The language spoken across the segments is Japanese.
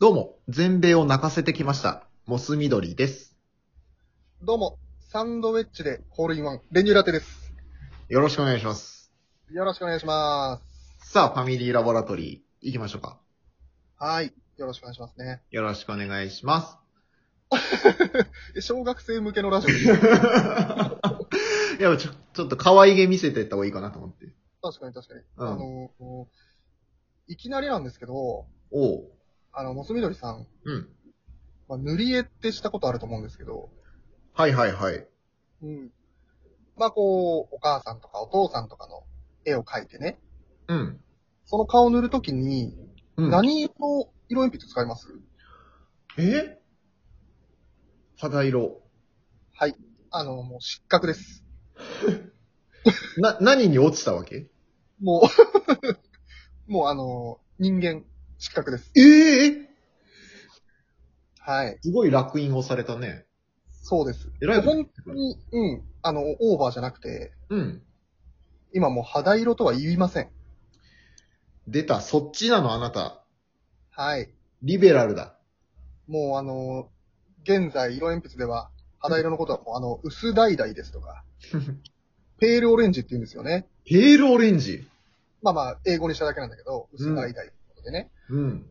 どうも、全米を泣かせてきました。モス緑です。どうも、サンドウェッジでホールインワン、練乳ラテです。よろしくお願いします。よろしくお願いします。さあ、ファミリーラボラトリー、行きましょうか。はい。よろしくお願いしますね。よろしくお願いしま。え小学生向けのラジオです す。いや、ちょ、ちょっと可愛げ見せてった方がいいかなと思って。確かに確かに。うんあのこういきなりなんですけど、おう。あの、モスみどりさん、うん。まあ、塗り絵ってしたことあると思うんですけど、はいはいはい。うん。まあ、こう、お母さんとかお父さんとかの絵を描いてね、うん。その顔を塗るときに、うん、何色の色鉛筆使いますえ肌色。はい。あの、もう失格です。な、何に落ちたわけもう、 もうあの、人間、失格です。ええはい。すごい楽印をされたね。そうです。えらいこと言本ってた当に、うん。あの、オーバーじゃなくて、うん。今もう肌色とは言いません。出た、そっちなのあなた。はい。リベラルだ。もうあの、現在、色鉛筆では、肌色のことはもう、あの、薄橙です とか、ペールオレンジって言うんですよね。ペールオレンジ。まあまあ、英語にしただけなんだけど、薄橙ってことでね。うん。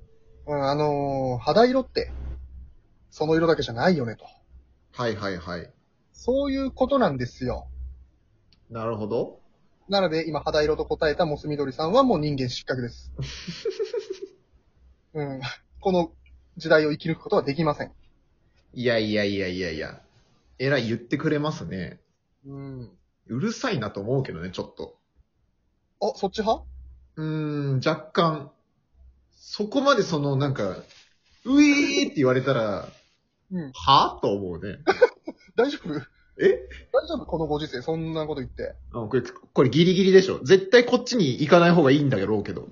うん、あのー肌色って、その色だけじゃないよねと。はいはいはい。そういうことなんですよ。なるほど。なので、今、肌色と答えたモス緑さんはもう人間失 格です。うん。この時代を生き抜くことはできません。いやいやいやいやいや。えらい言ってくれますね。うん。うるさいなと思うけどね、ちょっと。あ、そっち派うーん、若干。そこまでその、なんか、ういーって言われたら、うん。はぁと思うね。大丈夫え大丈夫このご時世、そんなこと言って。あこれ、これギリギリでしょ。絶対こっちに行かない方がいいんだろうけど。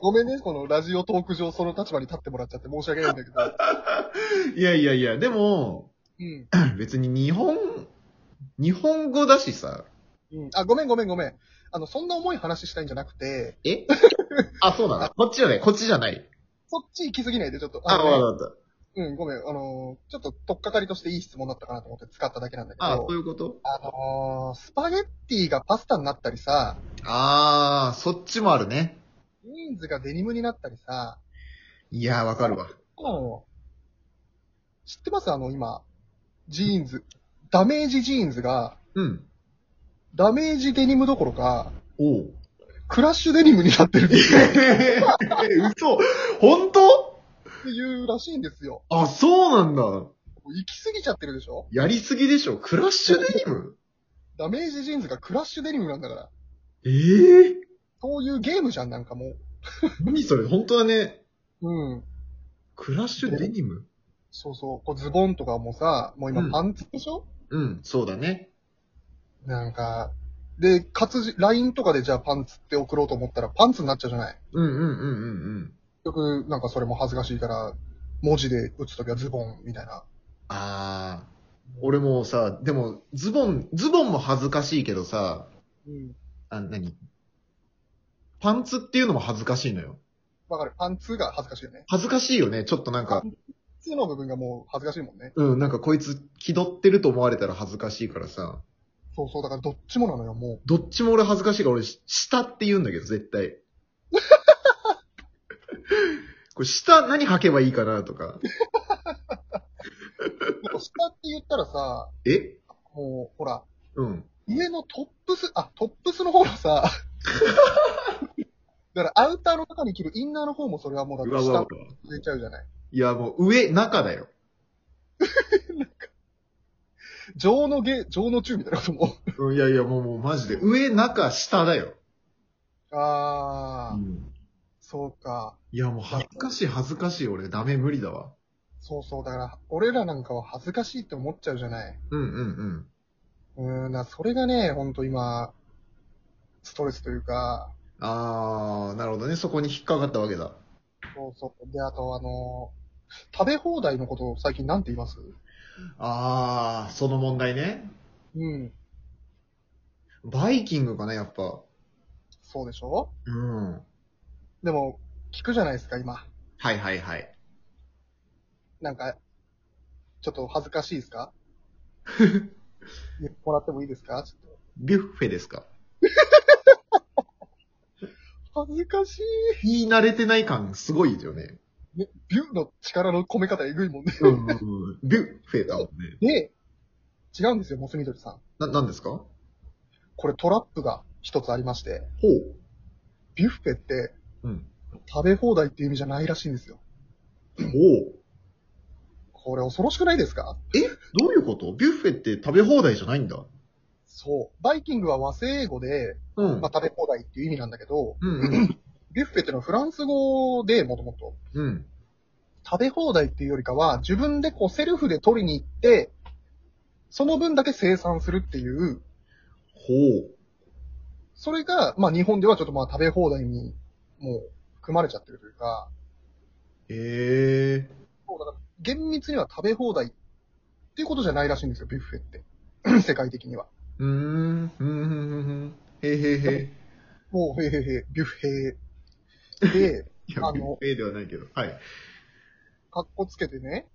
ごめんね、このラジオトーク上、その立場に立ってもらっちゃって申し訳ないんだけど。 いやいやいや、でも、うん。別に日本、日本語だしさ。うん。あ、ごめんごめんごめん。あの、そんな重い話したいんじゃなくて、え あ、そうなのこっちじゃない、こっちじゃない。そっち行き過ぎないで、ちょっと。あ、のねわかったわかった。うん、ごめん。あのーちょっと、とっかかりとしていい質問だったかなと思って使っただけなんだけど。あ、そういうことあのー、スパゲッティがパスタになったりさ、あー、そっちもあるね。ジーンズがデニムになったりさ、いやー、わかるわ。そうなのよ知ってますあの、今、ジーンズ。ダメージジーンズが、うん。ダメージデニムどころか、お う。クラッシュデニムになってるって嘘本当いうらしいんですよ。あ、そうなんだ。もう行き過ぎちゃってるでしょやりすぎでしょ。クラッシュデニムダメージジーンズがクラッシュデニムなんだから。ええそういうゲームじゃん、なんかも何それ本当だね。う。うん。クラッシュデニムそうそう。こうズボンとかもさ、もうう今んパンツでしょ、うん、そうだね。なんか、で、活字、LINE とかでじゃあパンツって送ろうと思ったらパンツになっちゃうじゃないうんうんうんうんうん。結局、なんかそれも恥ずかしいから、文字で打つときはズボンみたいな。あー。俺もさ、でも、ズボン、ズボンも恥ずかしいけどさ、うん。あ、何パンツっていうのも恥ずかしいのよ。わかる。パンツが恥ずかしいよね。恥ずかしいよね。ちょっとなんか、ツの部分がもう恥ずかしいもんね。うん、なんかこいつ気取ってると思われたら恥ずかしいからさ、そうそう。だからどっちもなのよ、もどっちも俺恥ずかしいから俺、し下って言うんだけど、絶対。 これ下何履けばいいかなとか。う。なんか下って言ったらさ、えもう、ほら、うん。上のトップス、あ、トップスの方のさ、 だからアウターの中に着るインナーの方もそれはもううだわってうわうわ。下出ちゃうじゃない。いや、もう上、中だよ。情の下、情の中みたいなことも。うん、いやいや、もうもうマジで。上、中、下だよ。あー、うんそうか。いや、もう恥ずかしい、恥ずかしい。俺、ダメ、無理だわ。そうそう。だから、俺らなんかは恥ずかしいって思っちゃうじゃない。うんうんうん。うーん、な、それがね、ほんと今、ストレスというか、あー、なるほどね。そこに引っかかったわけだ。そうそう。で、あとあの、食べ放題のことを最近なんて言いますあー、その問題ね。うん。バイキングかな、やっぱ。そうでしょうん。でも、聞くじゃないですか、今。はいはいはい。なんか、ちょっと恥ずかしいですか 言ってもらってもいいですかちょっビュッフェですかと。恥ずかしい。言い慣れてない感すごいですよね。ね、ビューの力の込め方えぐいもんね。うんうんうんビュッフェだもんね。で、違うんですよ、モスミドリさん。な、なんですかほこれトラップが一つありまして、ビュッフェってう。うん。食べ放題っていう意味じゃないらしいんですよ。ほう。これ恐ろしくないですかえどういうことビュッフェって食べ放題じゃないんだ。そう。バイキングは和製英語で、うん。まあ、食べ放題っていう意味なんだけど、うんうん。ビュッフェってのはフランス語でもともと、うん。食べ放題っていうよりかは、自分でこうセルフで取りに行って、その分だけ生産するっていう、ほう。それが、まあ日本ではちょっとまあ食べ放題にもう組まれちゃってるというか、ええそうだから厳密には食べ放題っていうことじゃないらしいんですよ、ビュッフェって。 世界的には。ー。うーん。うんうんうんうん。へーへーへもう、へへへ、ビュッフェ。で、ー。いや、あのビュッフェではないけど。はい。かっこつけてね、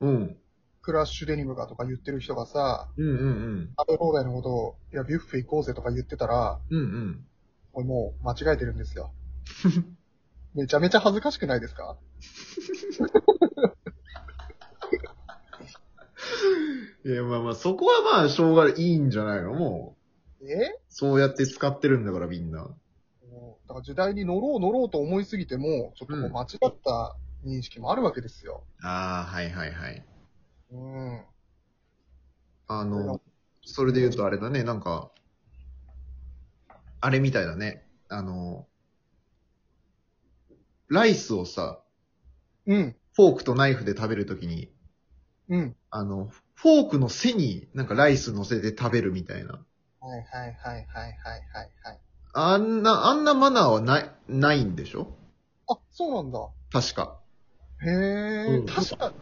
うん。クラッシュデニムがとか言ってる人がさ、うんうんうん。食べ放題のことを、いや、ビュッフェ行こうぜとか言ってたら、うんうん。俺もう間違えてるんですよ。めちゃめちゃ恥ずかしくないですかいや、まあまあ、そこはまあ、しょうがいいんじゃないのもえう、そうやって使ってるんだから、みんな。もうだから時代に乗ろう乗ろうと思いすぎても、ちょっとこううん間違った認識もあるわけですよ。ああ、はいはいはい。うん。あの、それで言うとあれだね、なんか、あれみたいだね。あの、ライスをさ、うん。フォークとナイフで食べるときに、うん。あの、フォークの背になんかライス乗せて食べるみたいな。はいはいはいはいはいはいはい。あんな、あんなマナーはない、ないんでしょあ、そうなんだ。確か。へえ、うん確か、確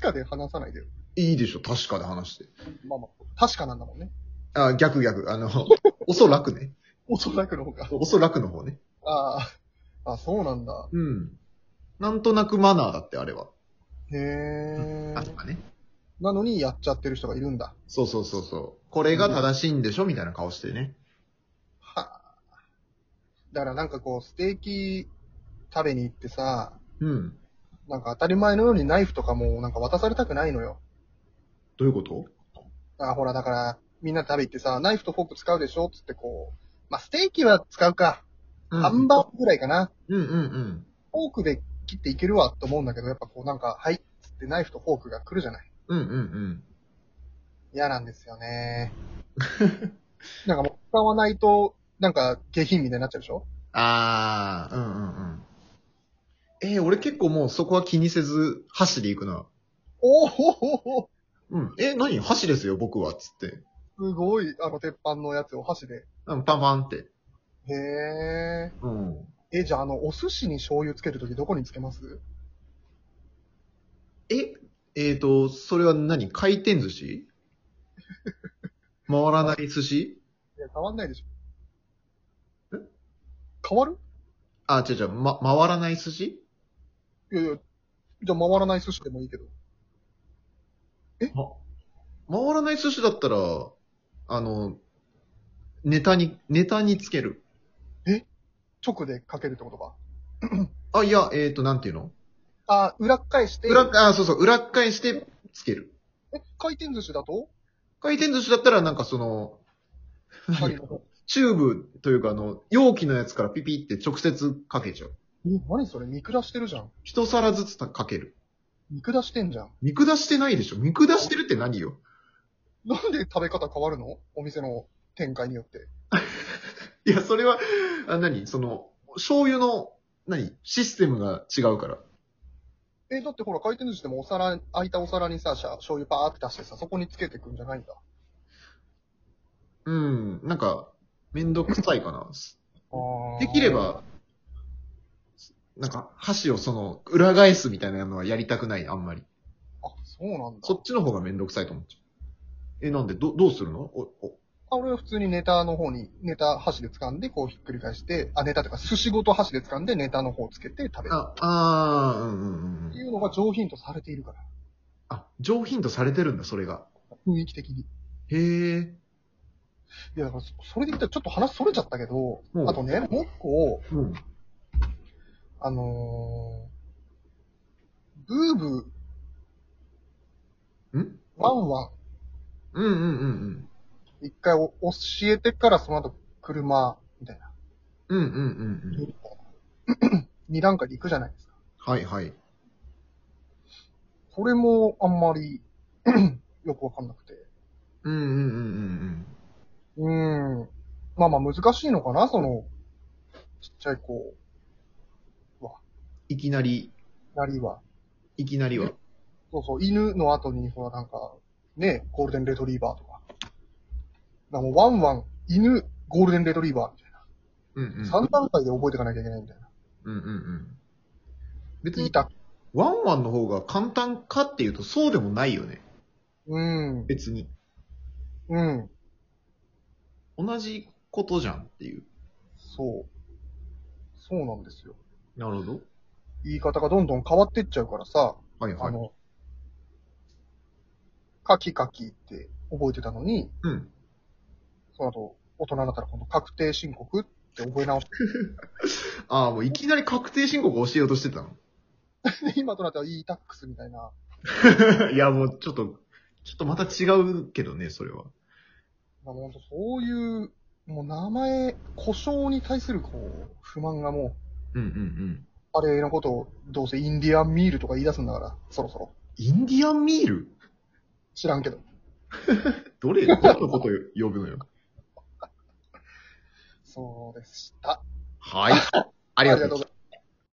かで話さないでよ。いいでしょ確かで話して。まあまあ、確かなんだもんね。あ、逆逆。あの、おそらくね。おそらくの方が。おそらくの方ね。ああ、あ、そうなんだ。うん。なんとなくマナーだって、あれは。へえあ。とかね。なのにやっちゃってる人がいるんだ。そうそうそうそう。これが正しいんでしょみたいな顔してね。はあ。だからなんかこう、ステーキ食べに行ってさ、うん。なんか当たり前のようにナイフとかもなんか渡されたくないのよ。どういうことあほら、だから、みんな食べ行ってさ、ナイフとフォーク使うでしょつってこう、まあ、ステーキは使うか。ハンバーグぐらいかな。うんうんうん。フォークで切っていけるわと思うんだけど、やっぱこうなんか、はい、つってナイフとフォークが来るじゃない。うんうんうん。嫌なんですよね。なんかもう使わないと、なんか下品みたいになっちゃうでしょあー、うんうんうん。えー、俺結構もうそこは気にせず、箸で行くな。おーほほほうん。えー、何箸ですよ、僕は。つって。すごい、あの鉄板のやつを箸で。うん、パンパンって。へうん。え。え、じゃああの、お寿司に醤油つけるときどこにつけますえ、えーと、それは何回転寿 司回らない寿司いや、変わんないでしょ。え変わるあ、違う違う、ま、回らない寿司いやいや、じゃあ回らない寿司でもいいけど。回らない寿司だったら、あの、ネタに、ネタにつける。直でかけるってことか。あ、いや、えーと、なんていうのあ、裏返して、裏、あ、そうそう、裏返してつける。え、回転寿司だと回転寿司だったら、なんかその、何そチューブというか、あの、容器のやつからピピって直接かけちゃう。れ何それ見下してるじゃん。一皿ずつかける。見下してんじゃん。見下してないでしょ見下してるって何よなんで食べ方変わるのお店の展開によって。いや、それは、あ、何その、醤油の、何システムが違うから。え、だってほら、回転寿司でもお皿、空いたお皿にさ、しゃ醤油パーって出してさ、そこにつけてくんじゃないんだ。うん、なんか、めんどくさいかな。あーできれ。ば、なんか、箸をその、裏返すみたいなのはやりたくない、あんまり。あ、そうなんだそ。っちの方がめんどくさいと思っちゃう。え、なんで、ど、どうするのお、お、あ俺は普通にネタの方に、ネタ箸で掴んで、こうひっくり返して、あ、ネタとか寿司ごと箸で掴んで、ネタの方をつけて食べる。あ、あー、うんうんうんうってん。いうのが上品とされているから。あ、上品とされてるんだ、それが。雰囲気的に。いへえ。や、だからそそれで言ったらちょっと話それちゃったけど、うんあとね、もう一個、うん。あのー、ブーブうんー、ワンワうんうんうんン、一回お教えてからその後車、みたいな。うん。うんうんうんうん。二段階で行くじゃないですか。はいはい。これもあんまり よくわかんなくて。うんうんうんうんうーん。まあまあ難しいのかな、その、ちっちゃい子、いきなり、なりは。いきなりは。そうそう、犬の後に、ほらなんか、ね、ゴールデンレトリーバーとか。なんかもうワンワン、犬、ゴールデンレトリーバーみたいな。うんうん。 3段階で覚えていかなきゃいけないみたいな。うんうんうん。別聞いに、た。ワンワンの方が簡単かっていうとそうでもないよね。うん。別に。うん。同じことじゃんっていう。そう。そうなんですよ。なるほど。言い方がどんどん変わってっちゃうからさ、はいはあい。の、カキカキって覚えてたのに、うん。その後、大人になったら今度確定申告って覚え直して、ああ、もういきなり確定申告を教えようとしてたの。 今となっては e-tax みたいな。 いや、もうちょっと、ちょっとまた違うけどね、それは。まあ、もう本当そういう、もう名前、故障に対するこう、不満がもう、うんうんうん。あれのことをどうせインディアンミールとか言い出すんだから、そろそろ。インディアンミール知らんけど。どれ、どのこと呼ぶのよ。そうでした。 はい。ありがとうございます。